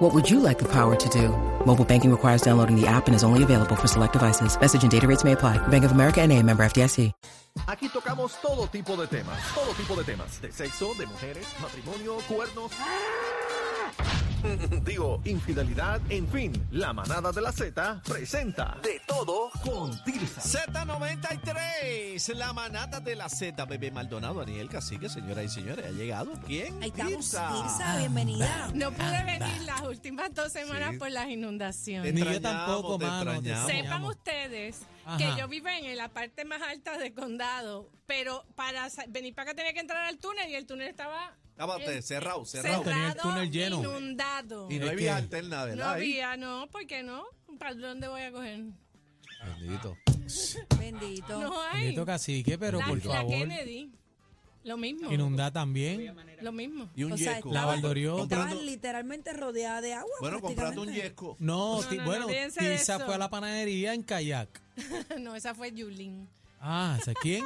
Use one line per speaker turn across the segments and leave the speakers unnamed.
What would you like the power to do? Mobile banking requires downloading the app and is only available for select devices. Message and data rates may apply. Bank of America and a member FDIC.
Aquí tocamos todo tipo de temas, todo tipo de temas, de sexo, de mujeres, matrimonio, cuernos, digo, infidelidad, en fin, la manada de la Z presenta de todo con Tirsa.
Z93, la manada de la Z, bebé Maldonado, Aniel Cacique, señoras y señores, ha llegado. ¿Quién?
Ahí estamos,
Tirsa.
Tirsa,
Ah,
bienvenida.
No pude venir las últimas dos semanas por las
Te
inundaciones.
Ni yo
extrañamos,
tampoco,
te
mano. te
extrañamos.
extrañamos.
Sepan ustedes
Ajá.
que yo vivo en la parte más alta del condado, pero para sa- venir para acá tenía que entrar al túnel y el túnel estaba
Tápate,
eh,
cerrado, cerrado.
cerrado,
Tenía el túnel lleno.
inundado.
Y no
Es
había
que-
alterna,
No
¿verdad? Ahí.
había, no, ¿por qué no? ¿Para dónde voy a coger?
Bendito.
Bendito.
No hay.
Bendito cacique, pero
la,
por
la
favor.
Kennedy, lo mismo,
Inundá también.
lo mismo.
Y un
O sea,
yesco.
La Valdorió.
Estaban
Comprando-
literalmente rodeada de agua.
Bueno, comprando un
prácticamente.
yesco.
No,
No,
ti-
no, no,
bueno,
olvídense de
Tirsa
eso.
fue a la panadería en kayak.
no, esa fue Yulín.
Ah, ¿sabes quién?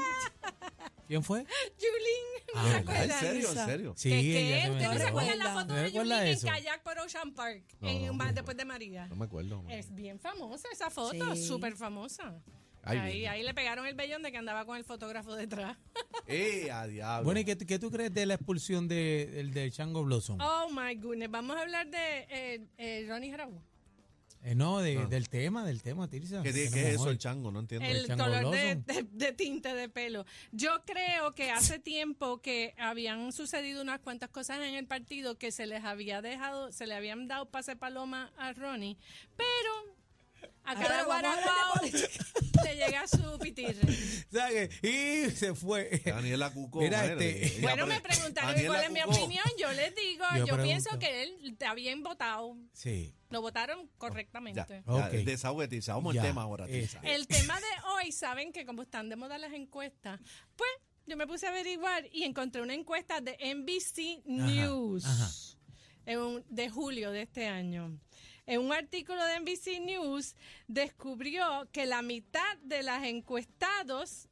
¿Quién fue?
Yulín,
Ah,
¿no se
¿verdad?
¿En
acuerdan?
Ah, serio, en
Tirsa.
serio?
Sí,
¿Qué,
ella
qué?
se
¿Usted no se
metió.
acuerda la foto
¿Te
de
acuerdas
Yulín en
eso?
kayak por Ocean Park? en, un bar después de María.
No me acuerdo. man.
Es bien famosa esa foto,
Sí.
súper famosa.
Ay,
ahí,
bien.
ahí le pegaron el vellón de que andaba con el fotógrafo detrás.
Eh, a diablo.
Bueno, ¿y qué, qué tú crees de la expulsión de, el del Chango Blossom?
Oh my goodness. Vamos a hablar de eh, eh, Ronnie Jarabo.
Eh, no, de- del tema, del tema, Tirsa.
¿Qué, qué
Tenemos
es eso,
hoy.
el chango? No entiendo.
El
Chango
color de,
Blossom.
de- de tinte de pelo. Yo creo que hace tiempo que habían sucedido unas cuantas cosas en el partido que se les había dejado, se le habían dado pase paloma a Ronnie, pero a
Ahora
cada
Ah, vamos a
guaraguao
hablar de
le llega su pitirre.
¿Sabes qué? Y se fue.
Daniela Cucó.
Mira,
madre,
este-
ella
Bueno,
pre-
me preguntaron
Daniela
cuál es mi
Cucó.
opinión. Yo les digo,
Yo
yo,
pregunto. Oh,
pienso que él está bien votado.
Sí.
Lo votaron
Ya,
correctamente.
Ok.
ya, desahúgate, Tirsa. Vamos
Ya,
al tema ahora, Tirsa.
este.
El tema de hoy, saben que como están de moda las encuestas, pues yo me puse a averiguar y encontré una encuesta de NBC News
ajá.
en un- de julio de este año. En un artículo de NBC News descubrió que la mitad de las encuestados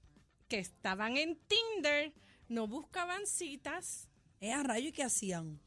que estaban en Tinder no buscaban citas,
Eh, a rayo, ¿y qué hacían?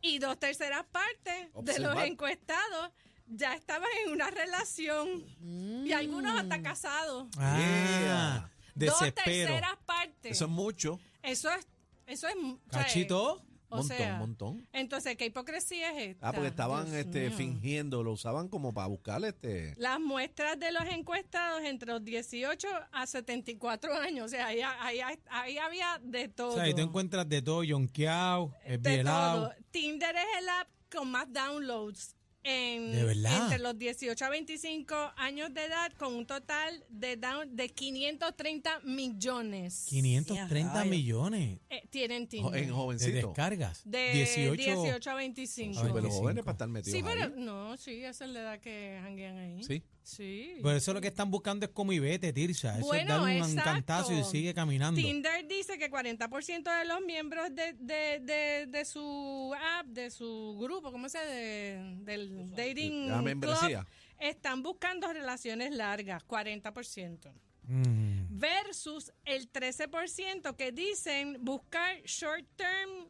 Y dos terceras partes de
Observar.
los encuestados ya estaban en una relación y algunos hasta casados.
Ah,
Dos
desespero.
terceras partes.
Eso es mucho.
Eso es, eso es, o sea,
Cachito.
o
Montón,
sea,
montón.
Entonces, ¿qué hipocresía es esta?
Ah, porque estaban
Dios
este,
mío.
fingiendo, lo usaban como para buscar este.
Las muestras de los encuestados entre los 18 a 74 años, o sea, ahí, ahí- ahí había de todo.
O sea, ahí tú encuentras de todo, yonqueado, eh,
de
esbielado.
todo. Tinder es el app con más downloads en,
¿De verdad?
entre los 18 a 25 años de edad, con un total de down de 530 millones.
530
rayos.
millones
Eh, tienen
jo-
Tinder.
En
de
jovencito.
descargas.
de 18,
18.
a
Ah,
25.
Súper
25.
jóvenes para estar metidos
Sí, pero
ahí.
no, sí, esa es la edad que janguean ahí.
Sí. Pues,
Sí.
Por eso lo que están buscando es como y vete, Tirsa. Eso
Bueno,
es dar un
exacto.
cantazo y sigue caminando.
Tinder dice que 40% de los miembros de, de, de, de su app, de su grupo, ¿cómo se de- del dating
La
club,
membresía.
están buscando relaciones largas, 40%,
Mm.
versus el 13% que dicen buscar short term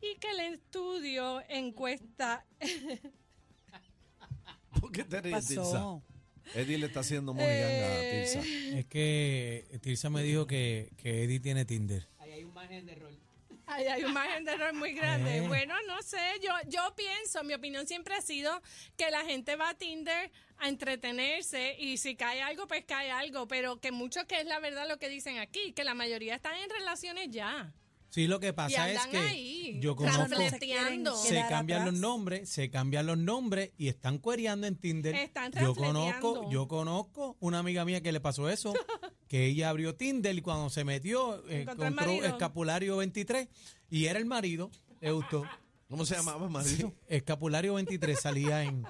y que el estudio encuesta
¿Por qué te ríes, Tirsa?
Pasó.
Eddie le está haciendo mojiganga a
Eh,
Tirsa.
Es que eh, Tirsa me dijo que, que Eddie tiene Tinder.
Ay, hay un margen de error muy grande.
Eh.
Bueno, no sé, yo, yo pienso, mi opinión siempre ha sido que la gente va a Tinder a entretenerse y si cae algo, pues cae algo, pero que mucho que es la verdad lo que dicen aquí, que la mayoría están en relaciones ya.
Sí, lo que
Y
pasa es
andan
que
ahí,
Ah, yo
Claro,
conozco...
no se
Fleteando.
quieren
Se
quedar
cambian
atrás.
los nombres, se cambian los nombres y están cuereando en Tinder.
Están
yo conozco,
trasleteando.
yo conozco una amiga mía que le pasó eso, que ella abrió Tinder y cuando se metió eh,
Encontró el
encontró
marido.
escapulario 23 y era el marido, le gustó.
¿Cómo se llamaba, marido?
Escapulario 23 salía en.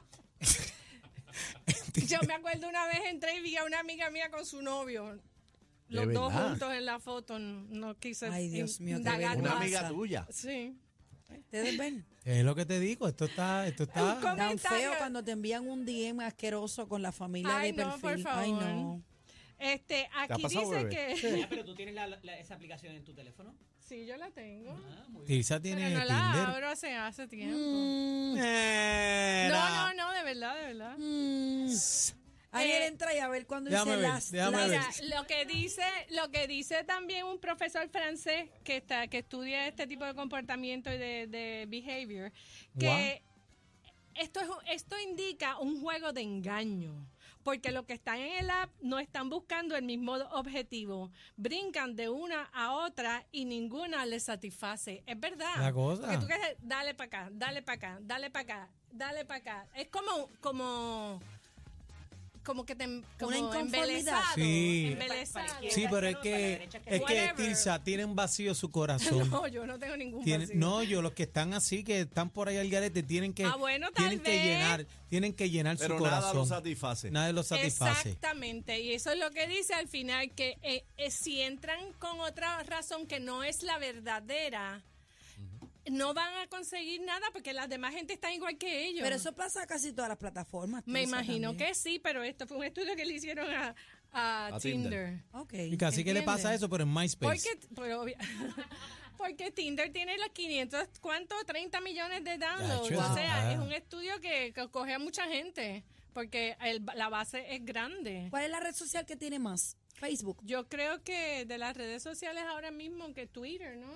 Yo me acuerdo una vez entré y vi a una amiga mía con su novio. los
De
dos
verdad.
juntos en la foto, no, no quise
Ay, Dios mío, qué
indagar
Una
más.
amiga
pasa?
tuya.
Sí.
Ustedes ven.
Es lo que te digo, esto está, esto
Un
está.
com-
Tan
Comentario.
feo cuando te envían un DM asqueroso con la familia
Ay,
de
no,
perfil.
por favor.
Ay, no.
Este,
ha
aquí
pasado,
dice
bebé?
que...
Ah, pero tú tienes la- la- esa aplicación en tu teléfono.
Sí, yo la tengo.
Ah, muy bien.
Tirsa
Pero
tiene
no la
Tinder.
abro hace, hace tiempo.
Mm.
Era.
Mm. No, no, no, de verdad, de verdad.
Ariel
Eh,
entra y a ver cuando
déjame
dice
ver,
las.
déjame
las-
ver.
Mira, lo que dice, lo que dice también un profesor francés que está, que estudia este tipo de comportamiento y de, de behavior, que esto es, un- esto indica un juego de engaño. Porque los que están en el app no están buscando el mismo objetivo. Brincan de una a otra y ninguna les satisface. Es verdad.
La cosa.
Porque tú quieres, dale para acá, dale para acá, dale para acá, dale para acá. Es como, como, como que te em, como
inconformidad.
embelesado,
Sí.
embelesado.
Pa- pa-
Sí, pero es
Para la
que,
derecha que
es que
Whatever.
Tirsa tiene un vacío en su corazón.
No, yo no tengo ningún
Tiene-
vacío.
no, yo los que están así, que están por ahí al garete, tienen que,
Ah, bueno, tal
tienen que
vez.
llenar, tienen que llenar
Pero
su
nada lo
corazón.
satisface.
Nadie los satisface.
Exactamente, y eso es lo que dice al final, que eh, eh, si entran con otra razón que no es la verdadera, no van a conseguir nada porque las demás gente están igual que ellos.
Pero eso pasa a casi todas las plataformas.
Me imagino que sí, pero esto fue un estudio que le hicieron a, a
A Tinder.
Tinder.
Y
que. Ok.
casi que le pasa
¿Entiendes?
eso, pero en MySpace.
Porque, pero obvia- porque Tinder tiene los 500, ¿cuánto? 30 millones de downloads.
Chacho,
o
eso
sea,
está.
es un estudio que, que coge a mucha gente porque el- la base es grande.
¿Cuál es la red social que tiene más? Facebook.
Yo creo que de las redes sociales ahora mismo que Twitter, ¿no?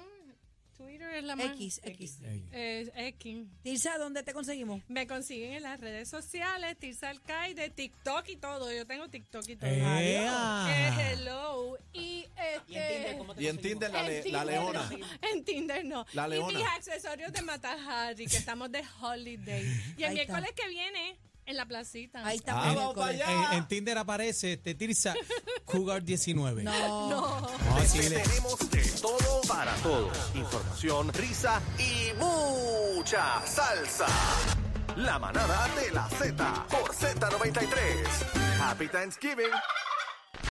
Twitter es la más...
X, X.
Ey.
Es X.
Tirsa, ¿dónde te conseguimos?
Me consiguen en las redes sociales, Tirsa Alcaide, TikTok y todo. Yo tengo TikTok y todo.
¡Ea!
Eh, hello. Y, este,
Y en Tinder, ¿cómo te
Y en
conseguimos?
Tinder la,
En
le- la
Tinder
leona.
no, En Tinder no.
La
Y
leona.
mis accesorios de Matajari, que estamos de holiday. Y el
Ahí está.
miércoles que viene, en la placita.
Ahí está.
Ah,
Michael.
vamos para allá.
En, Eh, en Tinder aparece este Tirsa Cougar 19.
No.
No, sí, le-
Tenemos de todo para todos. Información, risa y mucha salsa. La manada de la Z por Z93. Happy Thanksgiving.